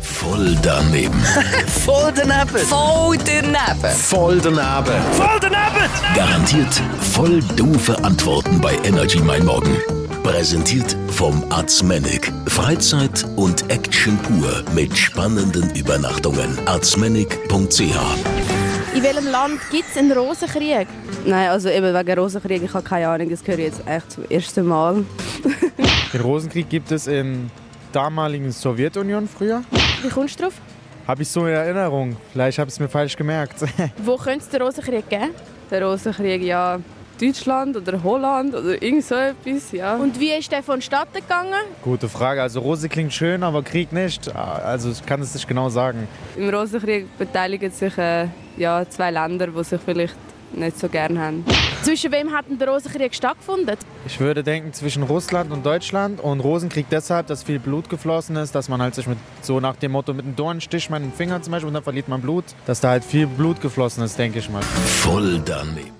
Voll daneben. Voll daneben. Voll daneben. Voll daneben. Voll daneben. Garantiert voll doofe Antworten bei Energy Mein Morgen. Präsentiert vom Arzmenig. Freizeit und Action pur mit spannenden Übernachtungen. arzmenig.ch In welchem Land gibt es einen Rosenkrieg? Nein, also eben wegen Rosenkrieg, ich habe keine Ahnung, das höre ich jetzt echt zum ersten Mal. Den Rosenkrieg gibt es in damaligen Sowjetunion früher. Wie kommst du drauf? Habe ich so in Erinnerung. Vielleicht habe ich es mir falsch gemerkt. Wo könnte es den Rosenkrieg geben? Der Rosenkrieg, ja, Deutschland oder Holland oder irgend so etwas, ja. Und Und wie ist der vonstatten gegangen? Gute Frage. Also Rose klingt schön, aber Krieg nicht. Also ich kann es nicht genau sagen. im Rosenkrieg beteiligen sich äh, ja, zwei Länder, die sich vielleicht nicht so gern haben. Zwischen wem hat denn der Rosenkrieg stattgefunden? Ich würde denken zwischen Russland und Deutschland und Rosenkrieg deshalb, dass viel Blut geflossen ist, dass man halt sich mit so nach dem Motto mit einem Dornstich meinen Finger zum Beispiel und dann verliert man Blut, dass da halt viel Blut geflossen ist, denke ich mal. Voll daneben.